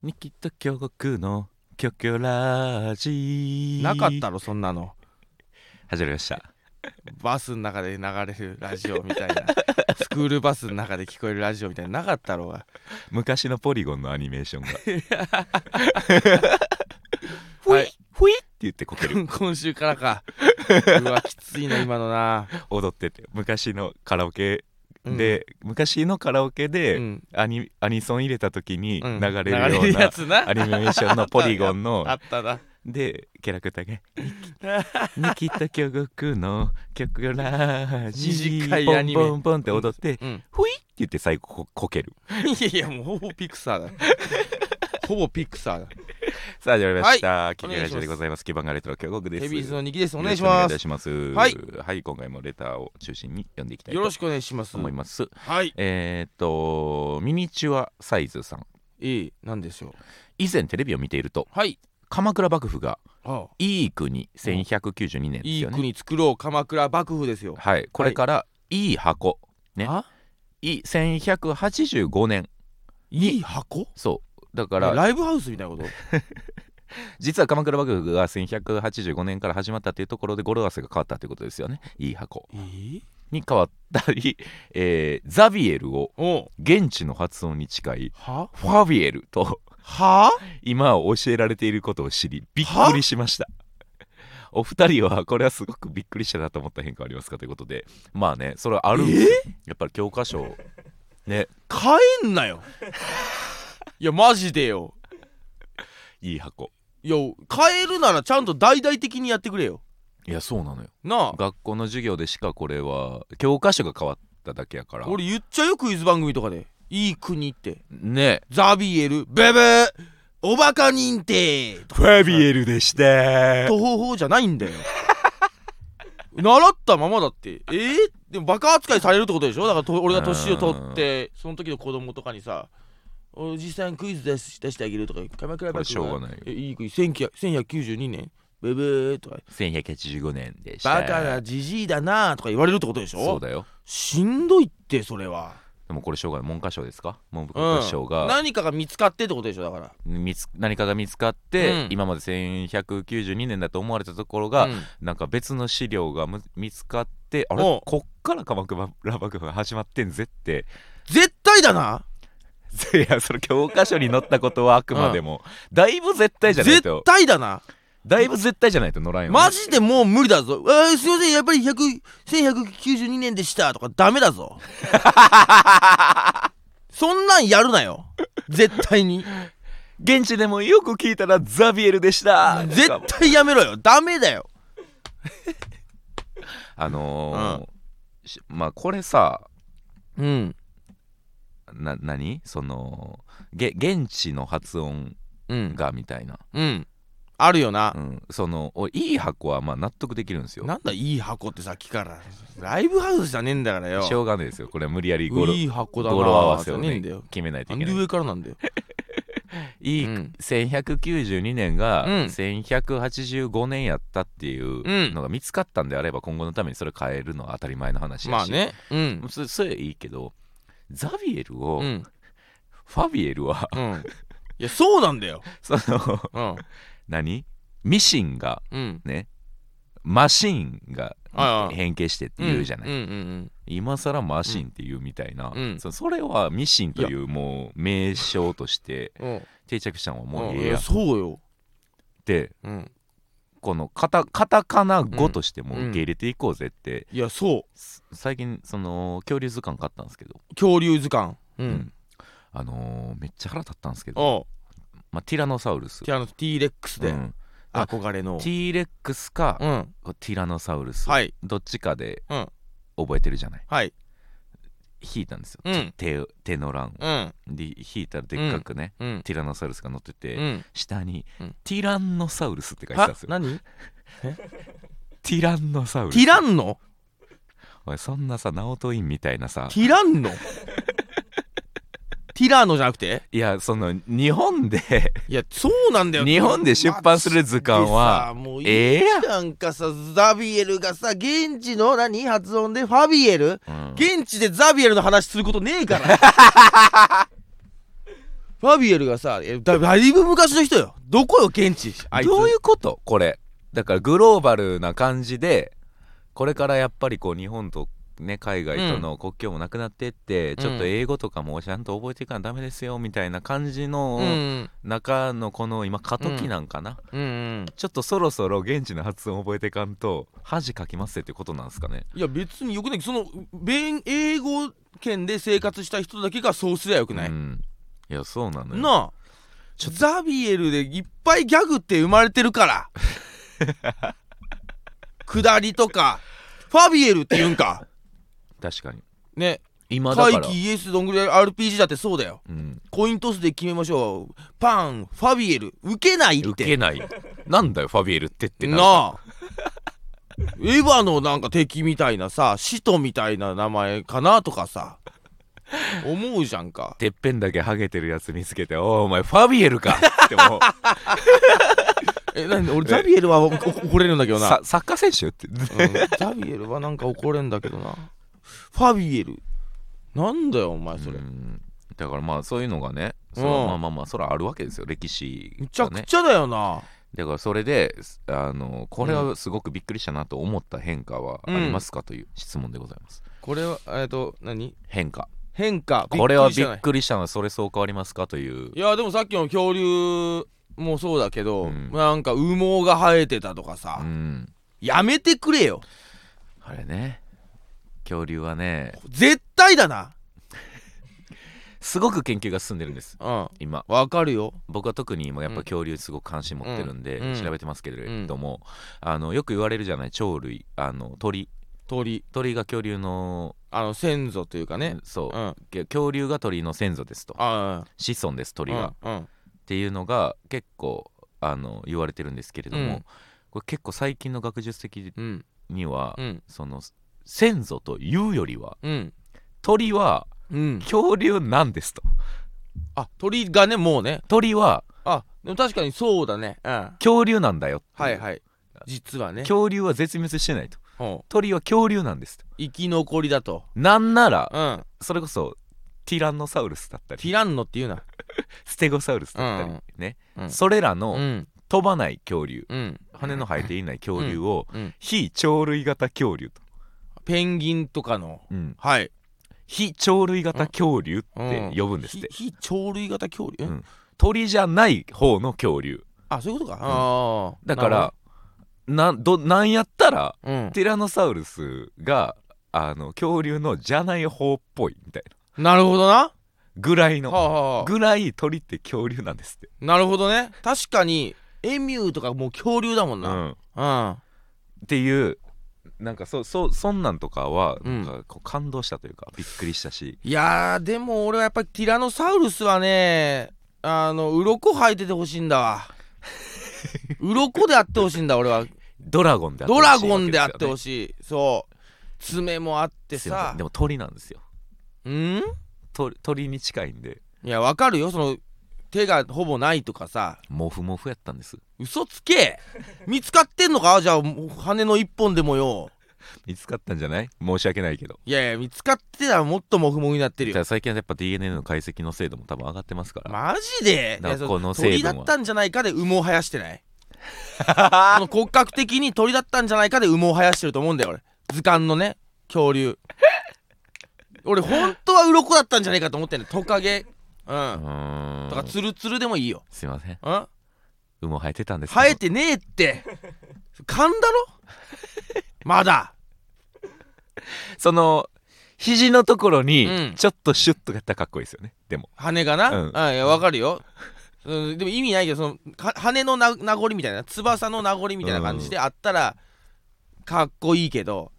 ミキと京極のキョキョラジなかったろそんなの始まりましたバスの中で流れるラジオみた いなスクールバスの中で聞こえるラジオみたいななかった ろうが昔のポリゴンのアニメーションがふはいいふいって言ってこける今週から かうわきついな今のな、踊ってて昔のカラオケうん、で、昔のカラオケうで、んアニアニソン入れた時にうん流れるよう流やなつなアニメーションのポリゴンの あったなでキャラクターが「ニキと巨国の曲ラジ 短いポアンニメポンポン」って踊ってうん「ふい!」って言って最後ここける いやいやもうほぼピクサ ーだほぼピクサーださあ始まりました「キお願キラいしますジオ」でございます基盤がレトロ巨国ですヘビーズのよニキですおろ願いししくお願いまいすたしますはいはい今回もレターを中心に読んでいきたいよろとしくお願いします思いますはいえーっとミニチュアサイズさんいいなんでしょう以前テレビを見ているとはい鎌倉幕府がああいい国1192年ですいいよね国作ろう鎌倉幕府ですよはいこれからいい箱ねあい1185年いい箱そうだからライブハウスみたいなこと実は鎌倉幕府が1185年から始まったというところで語呂合わせが変わったということですよねいい箱えー、に変わったり、 えーザビエルをお現地の発音に近いはファビエルと は今教えられていることを知りびっくりしましたお二人はこれはすごくびっくりしたなと思った変化はありますかということでまあねそれはあるんですよやっぱり教科書ね帰んなよいやマジでよいい箱いや帰るならちゃんと大々的にやってくれよいやそうなのよな学校の授業でしかこれは教科書が変わっただけやからあ俺言っちゃうよクイズ番組とかでいい国ってねザビエルベベーおバカ認定ファビエルでしたと方法じゃないんだよ習ったままだってえー、でもバカ扱いされるってことでしょだからと俺が年を取ってその時の子供とかにさ「おじさんクイズ出し出してあげる」とか「鎌倉これ幕し府ょうががないえいい国1900 1192年ブブー」とか1185年で「したバカなじじいだな」とか言われるってことでしょそうだよしんどいってそれは、でもこれしょうがない文科省ですか文部う科ん学省が、何かが見つかってってことでしょだから見つ何かが見つかって、うん今まで1192年だと思われたところが、うんなんか別の資料がむ見つかってあれおうこっから鎌倉幕府が始まってんぜって 絶対だないやその教科書に載ったことはあくまでも、だいぶ絶対じゃない絶と対だなだいぶ絶対じゃないと乗らんよ、ね、マジでもう無理 だぞ。あーすいません、やっぱり100 1192年でしたとかダメ だぞ。そんなんやるなよ。絶対に。現地でもよく聞いたらザビエルでした絶しかも対やめろよ。ダメだよ。あのーしまあこれさうん。な何そのげ現地の発音うん。がみたいな、うん。あるよなう。ん、そのおいい箱はまあ納得できるんですよなんだいい箱ってさっきから。ライブハウスじゃねえんだからよ。しょうがないですよこれは無理やり語呂いい箱だな。語呂合わせを、じゃねえねんだよ、。決めないとないんけでない上からなんだよ。いい、うん1192年がうん1185年やったっていうのが見つかったんであれば今後のためにそれ変えるのは当たり前の話やしまあね。うん。そそれいいけどザビエルを、うん。ファビエルは うん。いや、そうなんだよ。そのうん。何ミシンがうん。マシンがああ変形してって言うじゃない、うんうんうん今更マシンっていうみたいな、うんそそれはミシンというもう名称としてうん。うん定着したのはもううんえいえややっそうよ、てうん、このカタカタカナ語としても受け入れていこうぜって、いやそす最近その恐竜図鑑買ったんですけど、う恐竜図鑑う、うんあのーめっちゃ腹立ったんですけど、おうまあ、ティラノサウルスティラノティーレックスうでん憧れの、ティーレックスか、うんティラノサウルス、はいどっちかでうん覚えてるじゃないはい引いたんですよ、うん手手の欄をうんで引いたらでっかくね、うんティラノサウルスが乗ってて、うん下に、うんティランノサウルスって書いてたんではすよ何ティランノサウルテスィランノおいそんなさナオトインみたいなさティ ランノティラーノじゃなくていやその日本でいやそうなんだよ日本で出版する図鑑はマジでさもういいええやんなんかさザビエルがさ現地の何発音でファビエルうん 現地でザビエルの話することねえからファビエルがさえだだいぶ昔の人よどこよ現地あいつどういうことこれだからグローバルな感じでこれからやっぱりこう日本とね海外との国境もなくなってって、ちょっと英語とかもちゃんと覚えていかなダメですよみたいな感じうんうのん中のこの今過渡期なんかな、うんうんちょっとそろそろ現地の発音覚えていかんと恥かきますってってことなんですかねいや別によくないその米英語圏で生活した人だけがそうすりゃよくない、うん、いやそうなのよなあちょっザビエルでいっぱいギャグって生まれてるから 下りとかファビエルって言う んか確かにね今だから、回帰イエスどんぐらい RPG だってそうだようん、コイントスで決めましょうパンファビエル受けないって受けないなんだよファビエルってってなるあエヴァのなんか敵みたいなさ使徒みたいな名前かなとかさ思うじゃんかてっぺんだけハゲてるやつ見つけて「おーお前ファビエルか!」っても うえなん俺ザビエル はおお怒れるんだけどなさサッカー選手ってうんザビエルはなんか怒れんだけどなファビエルなんだよお前それ、うんだからまあそういうのがねそうんのまあまあまあそれはあるわけですよ歴史むちゃがくねちゃだよなだからそれですあのこれはすごくびっくりしたなと思った変化はありますかという質問でございますこれはえっと何変化変化これはびびっくりっしくりしたなそれそう変わりますかというたねいやでもさっきの恐竜もそうだけど、うんなんか羽毛が生えてたとかさ、うんやめてくれよあれね恐竜はね絶対だなすごく研究が進んでるんですうん今わかるよ僕は特に今やっぱ恐竜すごく関心持ってるんで、うんうん調べてますけれども、あのよく言われるじゃない鳥類あの鳥鳥鳥が恐竜のあの先祖というかねそうう、んけ恐竜が鳥の先祖ですとあ子孫ですうん鳥うが、っんうんていうのが結構あの言われてるんですけれども、うんこれ結構最近の学術的うんには、うんその先祖というよりはうん鳥はうん恐竜なんですとあ鳥がねもうね鳥はあでも確かにそうだねうん恐竜なんだよっていうはいはい実はね恐竜は絶滅してないとうん鳥は恐竜なんですと生き残りだとなんならうんそれこそティラノサウルスだったティりランノっていうなステゴサウルスだったりね、うんそれらうのん飛ばない恐竜うん羽の生えていない恐竜をうん非鳥類型恐竜と、ペンギンとかのうん、はい非鳥類型恐竜って呼ぶんですって、非非鳥類型恐竜うんん鳥じゃない方の恐竜あそういうことかああだからなんどなんやったらうんティラノサウルスがあの恐竜のじゃない方っぽいみたいななるほどなはぐらいあのはあはあぐらい鳥って恐竜なんですって、なるほどね確かにエミューとかもう恐竜だもんうなうんん、あっていうなんかそそそんなんとかはうなんんかこう感動したというか、びっくりしたしいやーでも俺はやっぱりティラノサウルスはねあの鱗生えててほしいん だわ鱗であってほしいんだ俺はドラゴンであってドラゴンであってほしいわしいそう爪もあっけてですよねすいませさんでも鳥なんですようん鳥鳥に近いんでいやわかるよその手がほぼないとかさモフモフやったんです嘘つけ見つかってんのかじゃあもう羽の一本でもよ見つかったんじゃない申し訳ないけどいやいや見つかってたらもっとモフモフになってるじゃよあ最近はやっぱ DNA の解析の精度も多分上がってますから、マジでだからいやこのそ鳥成分だはったんじゃないかで羽毛生やし てないその骨格的に鳥だったんじゃないかで羽毛生やしてると思うんだよ俺図鑑のね恐竜俺本当は鱗だったんじゃないかと思ってんだよトカゲうんうーんとかツルツルでもいいよ。すいませんうん羽毛生えてたんですけど生えてねえって。勘だろまだ。その肘のところうんにちょっとシュッとやったらかっこいいですよねでも羽がな。うんあいや、わかるよ。うん、でも意味ないけど、そのか羽のな名残みたいな、翼の名残みたいな感じであったら、かっこいいけど、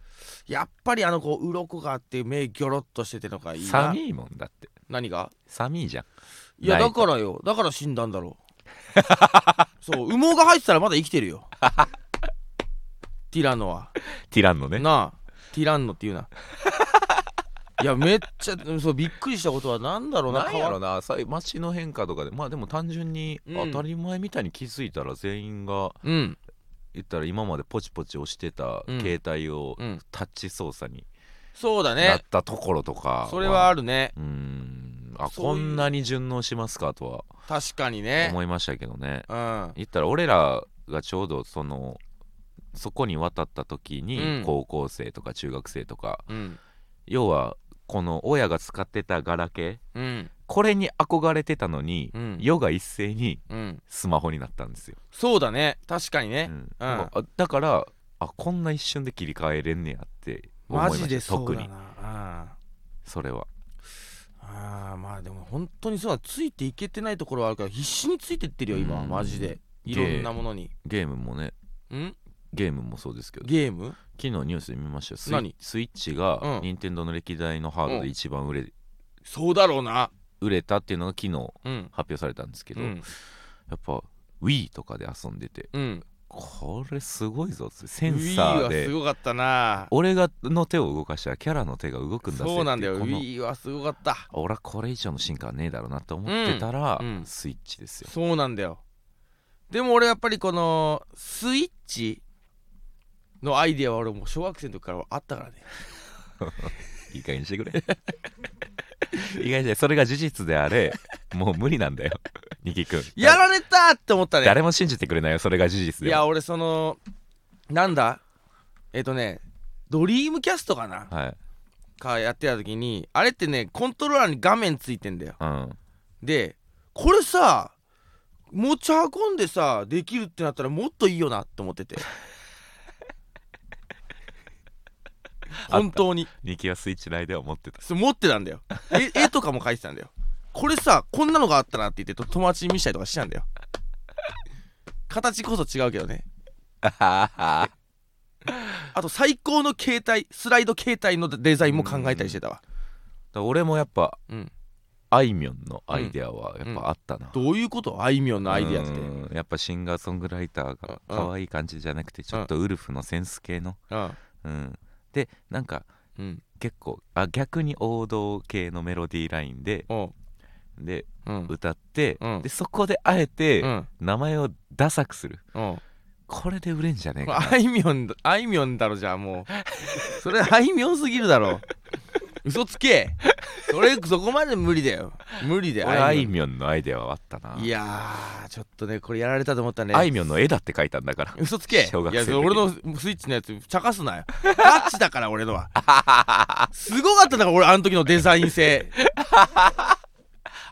やっぱりあのこう、鱗があって、目ギョロッとしててのがいいな寒。いもんだって何が寒いじゃんいや、ないだからよ。だから死んだんだろう。 そう、羽毛が入ってたらまだ生きてるよ。 ティラノは。ティランのねなあティランノっていうないやめっちゃそうびっくりしたことはなんだろうななんやろ変わなさ街の変化とかでまあでも単純にうん当たり前みたいに気づいたら全員がうん言ったら今までポチポチ押してたうん携帯をうんタッチ操作にそうだなっねたところとかそれはあるねうーんあそういうこんなに順応しますかと確かにはね思いましたけどねうん言ったら俺らがちょうどそのそこに渡った時うんに高校生とか中学生とか、うん要はこの親が使ってたガラケーうんこれに憧れてたのに、うん世が一斉にうんスマホになったんですよ、そうだね確かにね、うんなんかあだからあこんな一瞬で切り替えれんねやって思いマましたジでそう特だになあそれはあーまあでも本当にそうだついていけてないところはあるから必死についてってるよ今うんマジでいろでんなものにゲームもねんゲームもそうですけどゲーム昨日ニュースで見ましたよスイ何スイッチがうん任天堂の歴代のハードうでん一番売れ,、そうだろうな売れたっていうのが昨日発うん表されたんですけど、うやんっぱ Wii とかで遊んでてうんこれすごいぞってセウンィサーーはですごかったな俺がの手を動かしたらキャラの手が動くんだぜっていそうなんだよウこのィーはすごかった俺はこれ以上の進化はねえだろうなと思ってたら、うんうんスイッチですよそうなんだよでも俺やっぱりこのスイッチのアイディアは俺もう小学生の時からあったからねいい加減にしてくれ いい加減にしてそれが事実であ れもう無理なんだよニキ君 やられたって思ったね誰も信じてくれないよそれが事実いでやも俺そのなんだえっ、とねドリームキャストかなはいかやってた時にあれってねコントローラーに画面ついてんだようんでこれさ持ち運んでさできるってなったらもっといいよなって思って てた本当にニキはスイッチ内では持って たそれ持ってたんだよ 絵絵とかも描いてたんだよこれさこんなのがあったなって言ってと友達に見せたりとかしてたんだよ形こそ違うけどねあと最高の携帯スライド携帯のデザインも考えたりしてたわ俺もやっぱうんあいみょんのアイデアはやっぱあったな、どういうことあいみょんのアイディアってうんやっぱシンガーソングライターがうん可愛い感じじゃなくてちょっとウルフのセンス系の、うん、でなんかうんうん結構あ逆に王道系のメロディーラインでおうでうん歌って、うんでそこであえてうん名前をダサくするうんこれで売れんじゃねえかあいみょんだあいみょんだろじゃあもうそれあいみょんすぎるだろ嘘つけそれそこまで無理だよ無理だなよ俺ああいいみみょんのアイデアはあったなょんいやーちょっとねこれやられたと思ったねあいみょんの絵だって書いたんだから嘘つけ小学いや生そのれ時俺のスイッチのやつ茶化すなよガッチだから俺 のはすごかったんだから俺あの時のデザイン性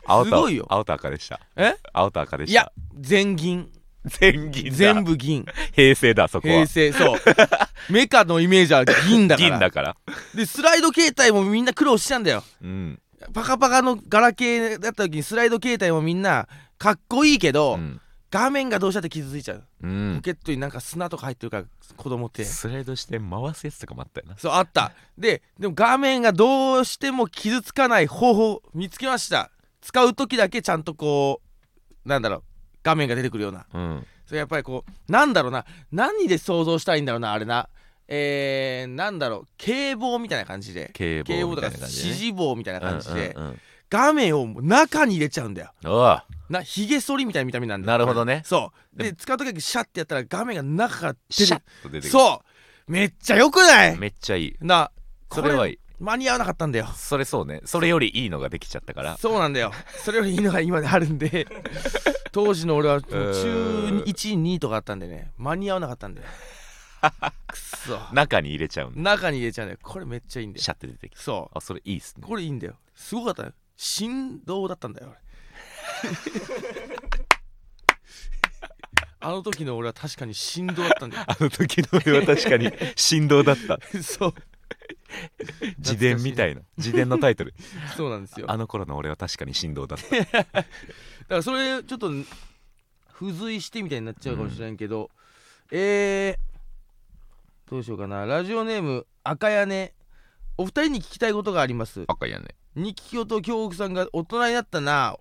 青とすごいよ青と赤でしたえ青と赤でしたいや全銀全銀だ全部銀平成だそこは平成そう メカのイメージは銀だから銀だからでスライド携帯もみんな苦労したんだようん、パカパカのガラケーだった時にスライド携帯もみんなかっこいいけど、うん画面がどうしたって傷ついちゃう、うポん、ケットになんか砂とか入ってるから子供ってスライドして回すやつとかもあったよなそうあったででも画面がどうしても傷つかない方法見つけました使う時だけちゃんとこうなんだろう画面が出てくるようなうんそれやっぱりこうなんだろうな何で想像したいんだろうなあれなえー、なんだろう警棒みたいな感じで警警棒棒みとたかいな感指じで、ね、示棒みたいな感じで、うんうんうん画面をもう中に入れちゃうんだよおうなひげ剃りみたいな見た目なんだよなるほどねそうでで使う時だけシャッてやったら画面が中から出シてャッと出てくるそうめっちゃよくないめっちゃいいなそれはいいこ間に合わなかったんだよそれそうねそれよりいいのができちゃったからそうなんだよそれよりいいのが今あるんで当時の俺はもう中うん12とかあったんでね間に合わなかったんだよくそ中に入れちゃうんだ中に入れちゃうんだよこれめっちゃいいんだよシャッて出てきてそうあそれいいっすねこれいいんだよすごかったよ振動だったんだよ俺あの時の俺は確かに振動だったんだよあの時の俺は確かに振動だったそう自伝みたいな自伝のタイトルそうなんですよだあかの頃の俺は確かに振動だったらそれちょっと付随してみたいになっちゃうかもしれんけど、えー、どうしようかなラジオネーム赤屋根お二人に聞きたいことがあります赤やね日記教と京極さんが大人になったな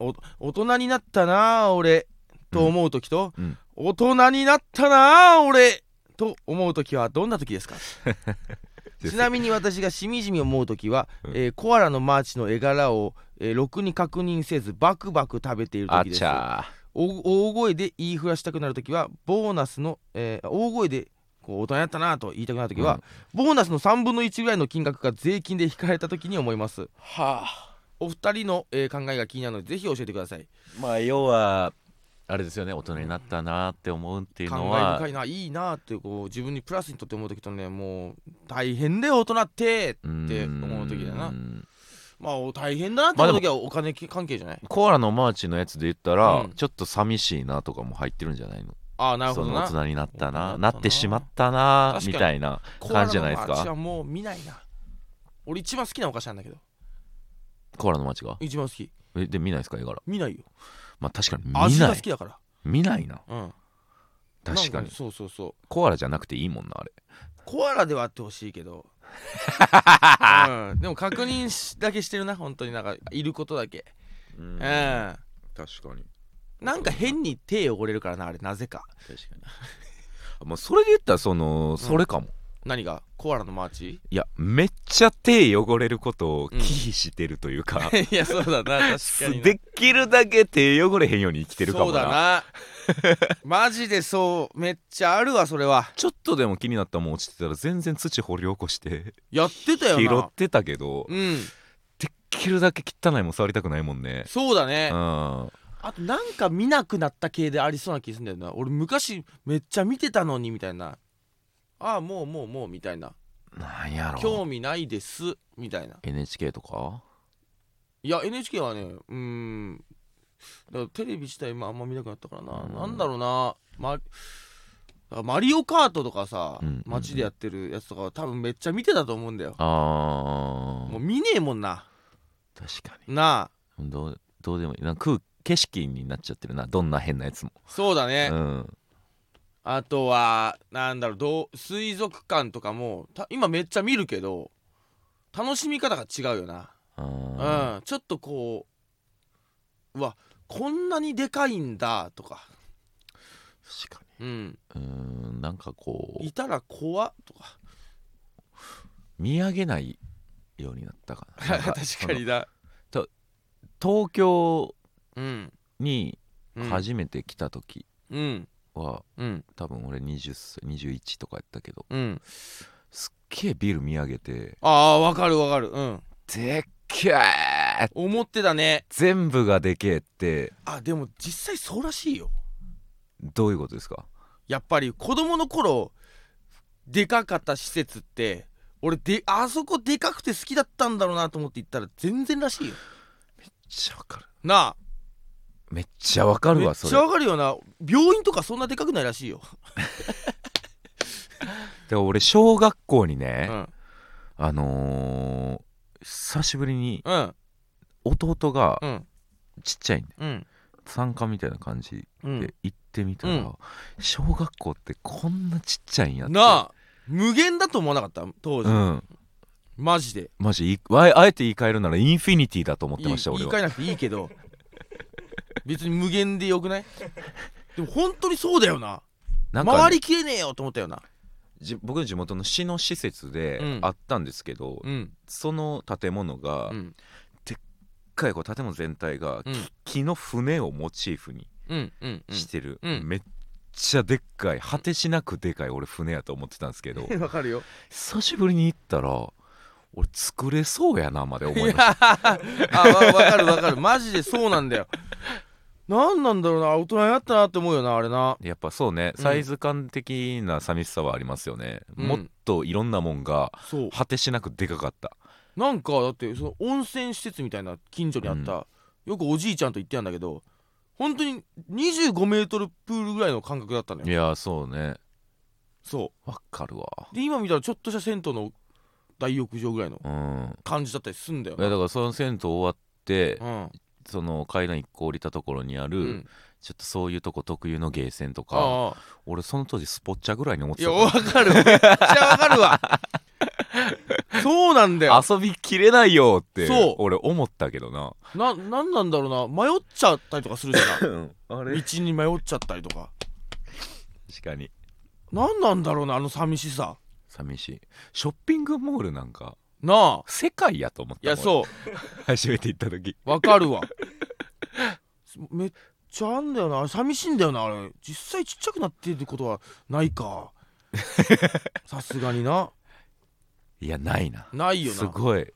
お大人になったな俺と思う時と、うんうん大人になったな俺と思う時はどんな時ですか ちなみに私がしみじみ思う時は、うんえーコアラのマーチの絵柄を、えーろくに確認せずバクバク食べているあ時ですちゃお大声で言いふらしたくなる時はボーナスの、えー大声でこう大人になったなと言いたくなる時は、ボーナスの3分の1ぐらいの金額が税金で引かれた時に思いますはあお二人の、えー考えが気になるのでぜひ教えてくださいまあ要はあれですよね大人になったなって思うっていう考のえは深いないいなってこう自分にプラスにとって思う時とねもう大変だよ大人ってって思う時だなうんまあお大変だなって思う時はお金関係じゃない、コアラのマーチのやつで言ったら、うんちょっと寂しいなとかも入ってるんじゃないのああなるほそどの大な人になったな大人になったななってしまったな確かにみたいなコアラ感じじゃないですかの味はもう見ないな俺一番好きなお菓子なんだけどコアラのマーチが一番好きえで見ないですか絵柄見ないよまあ確かに見味ながい好きだから見ないなうん確かなんにそうそうそうコアラじゃなくていいもんなあれコアラではあってほしい けど、うん、でも確認しだけしてるな本当になんかいることだけううんん確かになんか変に手汚れるからなあれなぜか確かにもうそれで言ったらそのそれかも、何がコアラのマーチいやめっちゃ手汚れることを忌避してるという か、 いやそうだな確かになできるだけ手汚れへんように生きてるかそもうなだなマジでそうめっちゃあるわそれはちょっとでも気になったもん落ちてたら全然土掘り起こしてやってたよ拾なってたけどうんできるだけ汚いもん触りたくないもんねそうだうねんあとなんか見なくなった系でありそうな気するんだよな俺昔めっちゃ見てたのにみたいなああもうもうもうみたいななんやろ興味ないですみたいな NHK とかいや NHK はねうーんだからテレビ自体もあんま見なくなったからな、うんなんだろうなママリオカートとかさ、うん街でやってるやつとかは多分めっちゃ見てたと思うんだよ、あもうー見ねえもんな確かなあにどうどうでもいいなんか空景色になっちゃってるなどんな変なやつもそうだうね、んあとはなんだろうどう水族館とかもた今めっちゃ見るけど楽しみ方が違うよなあーうん、ちょっとこううわこんなにでかいんだとか確かうんにうんなんかこういたら怖っ とか見上げないようになったか ななん確かにだその東京うんにうん初めて来た時うんは、うん多分俺20歳21とかやったけどうんすっげえビル見上げてああわかるわかるうんでっけえ思ってたね全部がでけえってあでも実際そうらしいよどういうことですかやっぱり子供の頃でかかった施設って俺であそこでかくて好きだったんだろうなと思って行ったら全然らしいよめっちゃわかるなあめっちゃわかるめわっそちゃれわかるよな病院とかそんなでかくないらしいよ、で俺小学校にうね、ん、あのー、久しぶりにうん弟がうんちっちゃいんでうん参加みたいな感じうんで行ってみたら、うん小学校ってこんなちっちゃいんやってなあ無限だと思わなかった当時、うんマジでマジいあえあえて言い換えるならインフィニティだと思ってましたいい俺言いは換えなくていいけど 別に無限でよくないでも本当にそうだよななんか回りきれねえよと思ったよなじ僕の地元の市の施設でうんあったんですけど、うんその建物が、う一ん回こう建物全体が、うん木の船をモチーフにうんうんしてる、うんうんめっちゃでっかい果てしなくでかい俺船やと思ってたんですけど わかるよ久しぶりに行ったら俺作れそうやなまで思いましたやあわわかるわかるマジでそうなんだよなんなんだろうな大人になったなって思うよなあれなやっぱそうねうんサイズ感的な寂しさはありますよね、うんもっといろんなもんがそう果てしなくでかかったなんかだってその温泉施設みたいな近所にあった、よくおじいちゃんと行ってたんだけど本当に2 5メートルプールぐらいの感覚だったのいよやそうねそわかるわうで今見たらちょっとした銭湯の大浴場ぐらいのうん感じだったりすんだよいなやだからその銭湯終わってうんその階段一個降りたところにある、うんちょっとそういうとこ特有のゲーセンとかああ俺その当時スポッチャぐらいに思っいてたやからわか るめっちゃわかるわそうなんだよ遊びきれないよってそう俺思ったけどなななんなんだろうな迷っちゃったりとかするじゃなあ道に迷っちゃったりとか確かになんなんだろうなあの寂しさ寂しいショッピングモールなんかなあ世界やと思ったいやうそう初めて行った時わかるわめっちゃあんだよな寂しいんだよなあれ実際ちっちゃくなってることはない かさすがにないやないなないよなすごい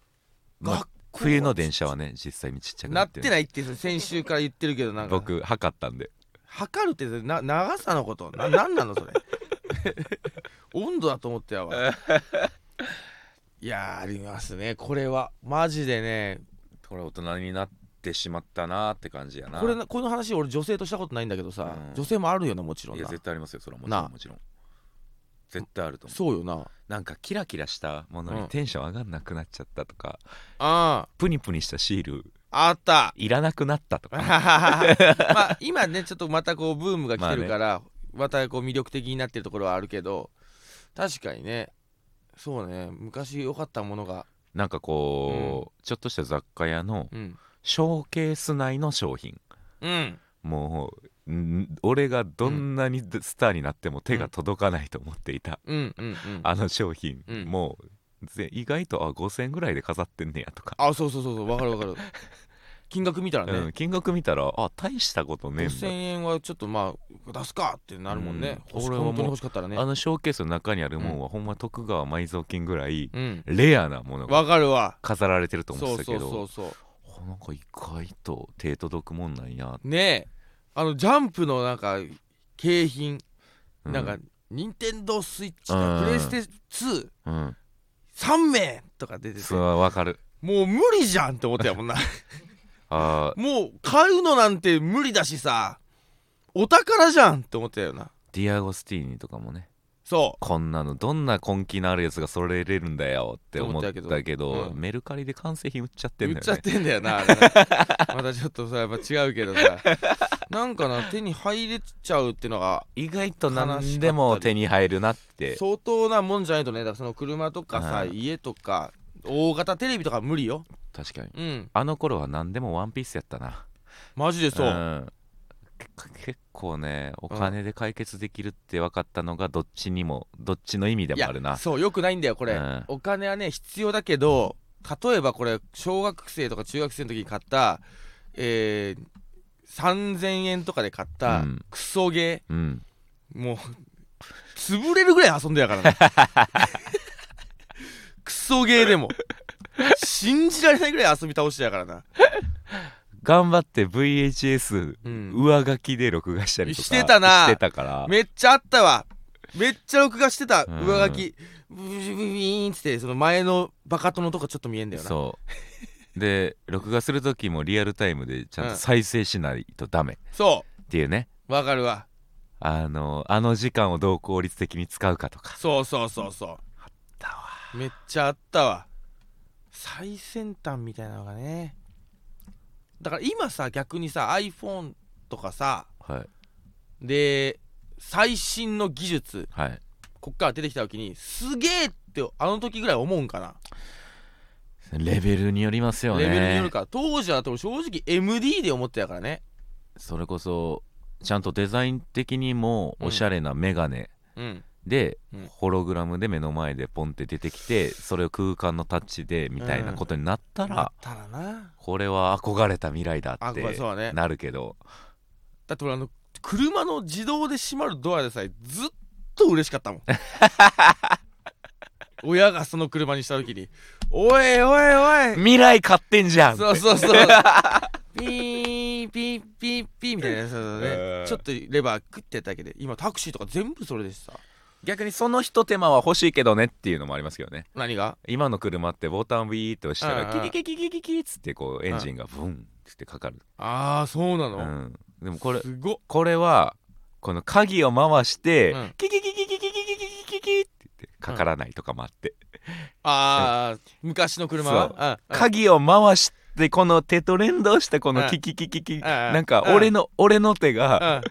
まあ学冬の電車はね実際にちっちゃくななっっててないって先週から言ってるけどなんか僕測ったんで測るってな長さのことななんなのそれ 温度だと思ってやわいやーありますねこれはマジでねこれ大人になってしまったなーって感じやなこれなこの話俺女性としたことないんだけどさ、うん女性もあるよなもちろいんやな絶対ありますよそれはもちなろあんもちろん絶対あると思うそうよななんかキラキラしたものうんにテンション上がんなくなっちゃったとか、あプニプニしたシールああった いらなくなったとまかあ今ねちょっとまたこうブームが来てるから、またこう魅力的になってるところはあるけど確かにねそうね昔良かったものがなんかこう、ちょっとした雑貨屋のうんショーケース内の商品うんもうん俺がどんなにスターになっても手が届かないと思っていた、うんうんうんあの商品、うんもうぜ意外とあ5000円ぐらいで飾ってんねやとか、あそうそうそうそうわかるわ かる金額見たらね、うん、金額見たらあ大したことねえんだ5000円はちょっとまあ出すかってなるもんね、うん欲し俺はもう本当に欲しかったらねあのショーケースの中にあるもんは、ほんま徳川埋蔵金ぐらいうんレアなものがわかるわ飾られてると思そっうてたそけうそうどそうあなんか意外と手届くもんなんや、ねえあのジャンプのなんか景品、うん、なんか任天堂スイッチうんだプレイステ2うん3名とか出ててそうもわかるう無理じゃんって思ったやもんな あーもう買うのなんて無理だしさお宝じゃんって思ったよなディアゴスティーニとかもねそこんなのどんな根気のあるやつがそれれるんだよって思ったけ思どったけどうんメルカリで完成品売っちゃってうん言だっちよゃっねてんだよなあれな またちょっとさやっぱ違うけどさなんかな手に入れちゃうっていうのが意外と何でも手に入るなって相当なもんじゃないとねだからその車とかさうん家とか大型テレビとかは無理よ確かにうんあの頃は何でもワンピースやったなマジでそう、んけ結構ねお金で解決できるって分かったのがどっちにもどっちの意味でいもやあるなそうよくないんだよこれ、うんお金はね必要だけど例えばこれ小学生とか中学生の時に買ったえー3000円とかで買ったうんクソゲうんー、もう潰れるぐらい遊んでや からねクソゲーでも信じられないぐらい遊び倒してやからな、頑張って VHS うん上書きで録画したりとかしてたしなてたからめっちゃあったわめっちゃ録画してたうん上書きブビビビーンっつってその前のバカ殿とかちょっと見えんだよなそうそうで録画する時もリアルタイムでちゃんと再生しないとダメっていうねわかるわあのあの時間をどう効率的に使うかとかそうそうそうそうあったわめっちゃあったわ最先端みたいなのがねだから今さ逆にさ iPhone とかさはいで最新の技術はいこっから出てきた時にすげえってあの時ぐらい思うんかなレベルによりますよねレベルによるから当時は俺正直 MD で思ってたからねそれこそちゃんとデザイン的にもおしゃれなメガネうんで、うんホログラムで目の前でポンって出てきてそれを空間のタッチでみたいなことになったら、だったらなこれは憧れた未来だあっこれてそうだねなるけどだって俺あの車の自動で閉まるドアでさえずっと嬉し かったもん親がその車にした時に「おいおいおい!未来買ってんじゃ」んそうそうそうピーピーピーピーみたいなそうそうね、うんちょっとレバークってやっただけで今タクシーとか全部それでさ逆にその一手間は欲しいけどねっていうのもありますけどね何が今の車ってボタンウィーって押したうんうんらキキキキキキキっつってこうエンジンがブンってかかる、ああそうなうの、ん、でもこれすごっこれはこの鍵を回して、うんキキキキキキキキキキキキって言ってかからないとかもあって、ああ、昔の車そうはうんうん鍵を回してこの手と連動したこうんのキキキキキ、んなんか俺の、俺の手うんがあ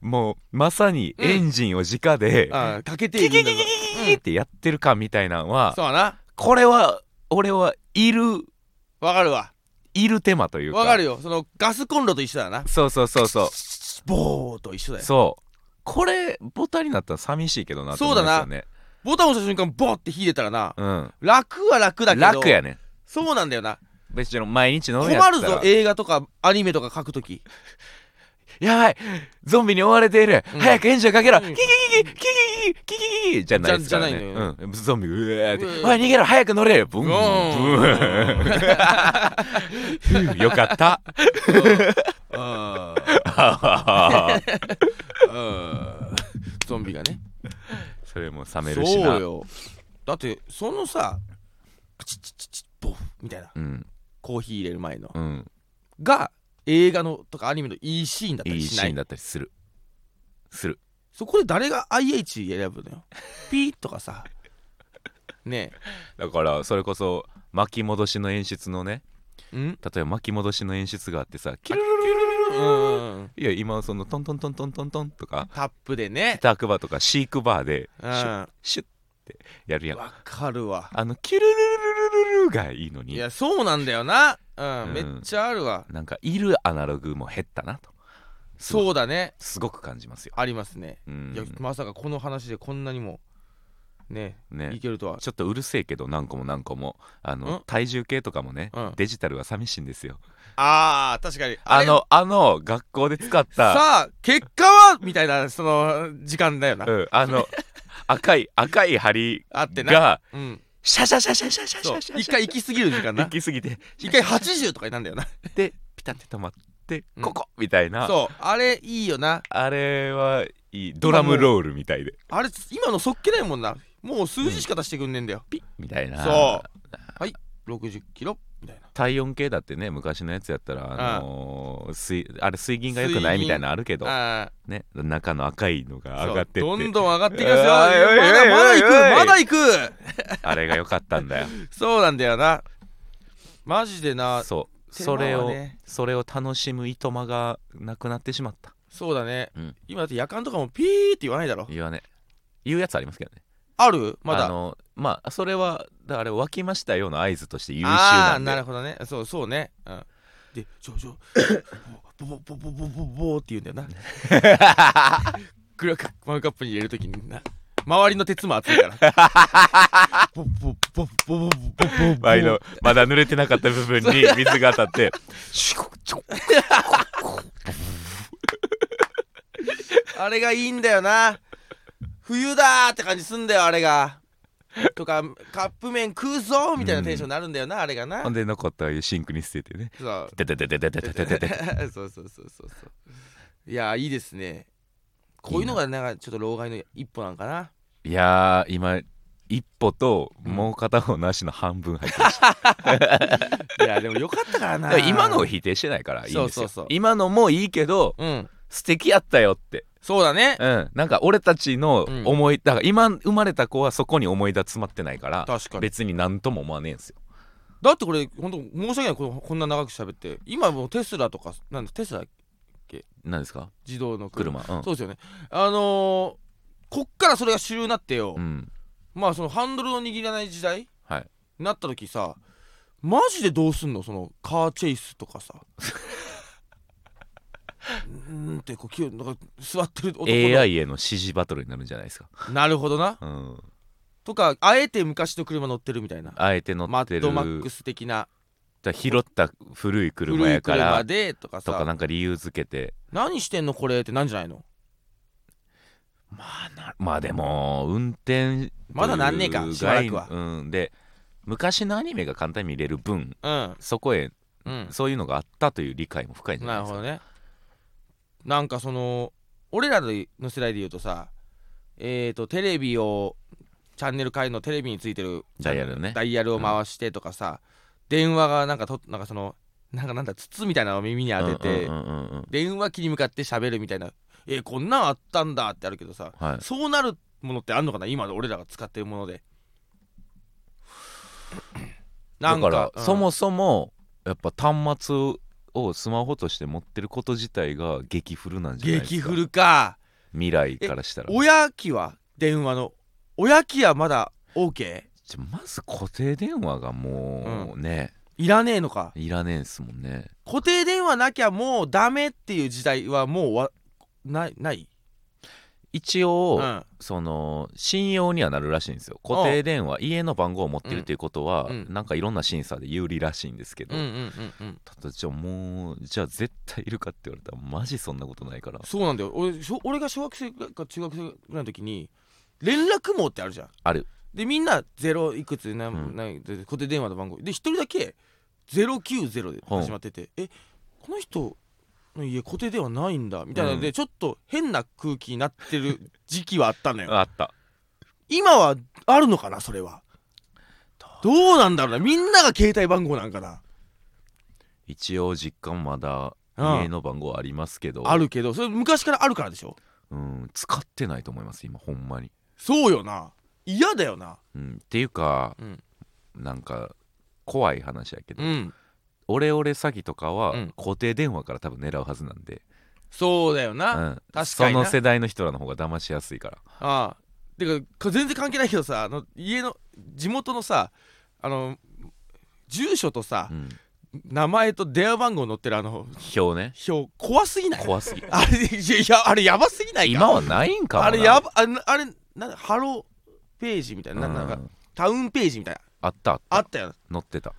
もうまさにエンジンを直で、あかけてキいキるキんキだキぞキキキってやってる感みたいなのは、そうだなこれは俺はいるわかるわいる手間というかわかるよそのガスコンロと一緒だなそうそうそうそうボーと一緒だよそうこれボタンになったら寂しいけどなと思いますよねボタン押した瞬間ボーって火出たらなうん楽は楽だけど楽やねんそうなんだよな別に毎日乗るやつ困るだぞら映画とかアニメとか書くときやばいゾンビに追われている、うん早く援助かけろ、うキんキキキキキキキキキじゃないですからねじゃじゃないのうん、ゾンビうわーってう「わおーい逃げろ早く乗れ!」ブンブンブうんンふうよかったうんうんゾンビがねそれも冷めるしそなうよだってそのさチチチチボフみたいなうんコーヒー入れる前のうんが映画のとかアニメのいいシーンだったいりいしシないーンだったりするするそこで誰が IH 選ぶのよピーとかさねだからそれこそ巻き戻しの演出のねえうん例えば巻き戻しの演出があってさキュルルうんいや今そのトントントントントントンとかタップでねスタークバーとかシークバーでうんシュッわシュッってやるやんかるわあのキュルルルルルルがいいのいにやそうなんだよなうん、うんめっちゃあるわなんかいるアナログも減ったなとそうだねすごく感じますよありますね、うんいやまさかこの話でこんなにもねいねけるとはちょっとうるせえけど何個も何個もあのん体重計とかもねうんデジタルは寂しいんですよあー確かにあれのあの学校で使ったさあ結果はみたいなその時間だよな、うん、あの赤い赤い針あってながうんシャシャシャシャシャシャシそうャシャ一回行き過ぎる時間行なき過ぎて一回80とかになんだよなでピタって止まってうんここみたいなそうあれいいよなあれはいいドラムロールみたいであれ今のそっけないもんなもう数字しか出してくんねんだよ、ピッみたいなそうはい60キロみたいな体温計だってね昔のやつやったらあのー水あれ水銀が良くな水い銀みたいなのあるけどあね中の赤いのがー上がってそうっどんてどん上がってきますよまおいおいおいだまだ行くおいおいまだ行くあれが良かったんだよそうなんだよなマジでなそう手そ間れはをねそれを楽しむいとまがなくなってしまったそうだね、うん今だって夜間とかもピーって言わないだろ言わね言うやつありますけどねあるまだあのまあそれはだから沸きましたような合図として優秀あなあーんなでるほどねそうそうね、うん、でちょちょボボボボボボボボって言うんだよなクラカマグカップに入れるときにな周りの鉄も熱いからボボボボボボボボボ前のまだ濡れてなかった部分に水が当たってシュコチョあれがいいんだよな冬だーって感じすんだよあれがとかカップ麺食うぞーみたいなテンションになるんだよな、あれがなほんで残ったシンクに捨ててねそうてててててててててて そうそうそうそうそういやーいいですねこういうのがなんかちょっと老害の一歩なんかないやー今一歩ともう片方なしの半分入ってましたいやでもよかったからだ なから今のを否定してないからいいんですよそうそうそう今のもいいけどうん素敵やったよってそうだねうんなんか俺たちの思い、だから今生まれた子はそこに思い出詰まってないから確かに別に何とも思わねえんすよだってこれ本当申し訳ないこのこんな長く喋って今もうテスラとかなんだテスラ何ですか自動の車車うんそうですよねあのー、こっからそれが主流になってよ、うんまあそのハンドルを握らない時代、はいなった時さマジでどうすんのそのカーチェイスとかさうーんってこうきゅなんか座ってる男の AI への支持バトルになるんじゃないですか、なるほどなうん、とかあえて昔の車乗ってるみたいなあえて乗マってッるドマックス的なだ拾った古い車古やいか車らでとかさとかなんか理由付けて何してんのこれってなんじゃないのまあなまあでも運転まだなんねえかというしばらくは概念うん、で昔のアニメが簡単に見れる分うんそこへうんそういうのがあったという理解も深いんじゃなないるですほかどねなんかその俺らの世代で言うとさえー、とテレビをチャンネル変えるのテレビについてるダイヤルねダイヤルを回してとかさ、電話がなんかとなんかそのなんかなんだ筒みたいなのを耳に当てて、うんうんうんうんうん電話機に向かって喋るみたいなえー、こんなんあったんだってあるけどさはい、そうなるものってあんのかな今俺らが使ってるも のでなだんから、うんそもそもやっぱ端末をスマホとして持ってること自体が激古なんじゃないですか激古か未来からしたら親機は電話の親機はまだ OK? じゃまず固定電話がもうね、いらねえのかいらねえんすもんね固定電話なきゃもうダメっていう時代はもうわないない一う応、んその信用にはなるらしいんですよ固定電話家の番号を持ってるっていうことは、うんなんかいろんな審査で有利らしいんですけど、うんうんうんうんただじゃあもうじゃあ絶対いるかって言われたらマジそんなことないからそうなんだよ俺小俺が小学生か中学生ぐらいの時に連絡網ってあるじゃんあるでみんなゼロいくつな、うんなんで固定電話の番号で一人だけ090で始まってて、えこの人の家固定電話ないんだみたいなので、うちょっと変な空気になってる時期はあったの よあった今はあるのかなそれはどうなんだろうなみんなが携帯番号なんかな一応実家もまだうん家の番号ありますけど、あるけどそれ昔からあるからでしょうん、使ってないと思います今ほんまに、そうよな嫌だよなうん、っていうかうんなんか怖い話やけど、うんオレオレ詐欺とかはうん固定電話から多分狙うはずなんで、そうだような、んなその世代の人らの方が騙しやすいからああてかこれ全然関係ないけどさあの家の地元のさあの住所とさ、うん名前と電話番号載ってるあの表ね表怖すぎない怖 すぎあれいやいやあれやばすぎないか今はないんかもなあれやばあなあれなんだハローページみたいな,、うんなんかタウンページみたいなあったあったあったよな乗ってた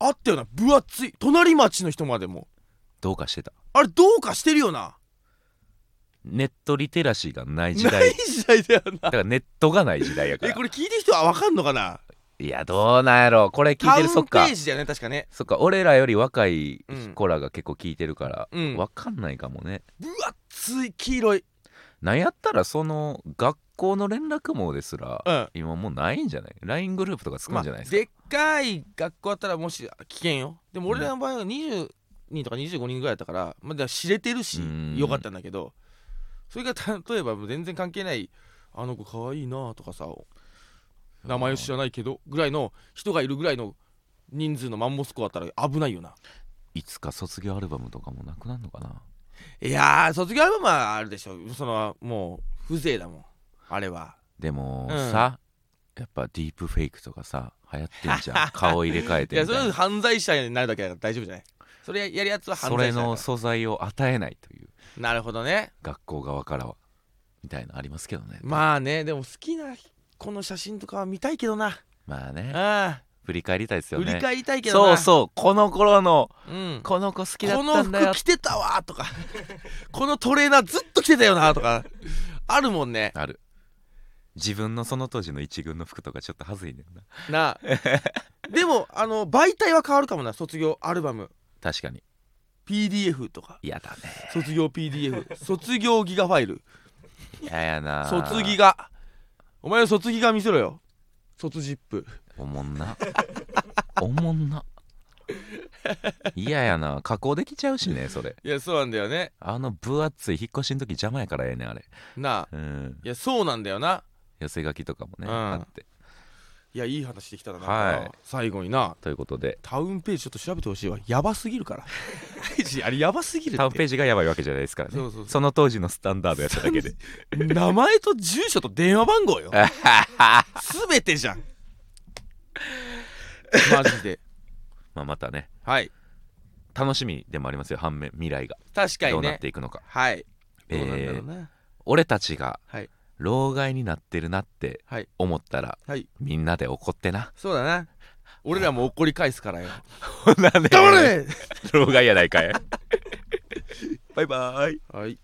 あったよな分厚い隣町の人までもどうかしてたあれどうかしてるよなネットリテラシーがない時 ない代時代だよだなからネットがない時代やかえらこれ聞いてる人は分かんのかないやどうなんやろこれ聞いタウてンるペそっかージだよね確かねそっか俺らより若いうん子らが結構聞いてるから、うんわかんないかもね分厚い黄色いなんやったらその学校の連絡網ですらうん今もうないんじゃない ?LINE グループとか作るんじゃないですか、まあ、でっかい学校だったらもし危険よでも俺らの場合は20人とか25人ぐらいだったから,、まあ、だから知れてるしうんよかったんだけどそれが例えばもう全然関係ないあの子かわいいなとかさ名前を知らないけどぐらいの人がいるぐらいの人数のマンモス校だったら危ないよないつか卒業アルバムとかもなくなるのかないやー卒業アルバムはあるでしょそのもう風情だもんあれはでも、うんさやっぱディープフェイクとかさ流行ってんじ ゃん顔入れ替えいてやみそたいれな犯罪者になるだけだから大丈夫じゃないそれやるやつは犯そ罪れ者だかのら素材を与えないというなるほどね学校側からはみたいなのありますけどねまあねでも好きなこの写真とかは見たいけどな、まあねあ振り返りたいですあよ振ねり返りたいけどそうなそうこの頃のう、ん、ここの子好きだっのたんだよ服着てたわとか このトレーナーずっと着てたよなとかあるもんねある自分のその当時の一軍の服とかちょっとはずいねんな なあでもあの媒体は変わるかもな卒業アルバム確かに PDF とか嫌だね卒業 PDF 卒業ギガファイル嫌やな卒ギガお前の卒ギガ見せろよ卒ジップおもんなおもんな嫌やな加工できちゃうしねそれいやそうなんだよねあの分厚い引っ越しの時邪魔やからええねんあれなあうんいやそうなんだよな寄せ書きとかもね、うんあっていやいい話できたな、はい最後になということでタウンページちょっと調べてほしいわやばすぎるからあれやばすぎるってタウンページがやばいわけじゃないですからねそうそうそうの当時のスタンダードやっただけで名前と住所と電話番号 よすべてじ ゃんマジでまあまたねはい楽しみでもありますよ反面未来が確かどにうなっねていくのか、はいえどーうなんだろうな俺たちがはい老害になってるなってはい思ったらはいみんなで怒ってなそうだな俺らも怒り返すからよほなね 頑張れ老害やないかいバイバーイはい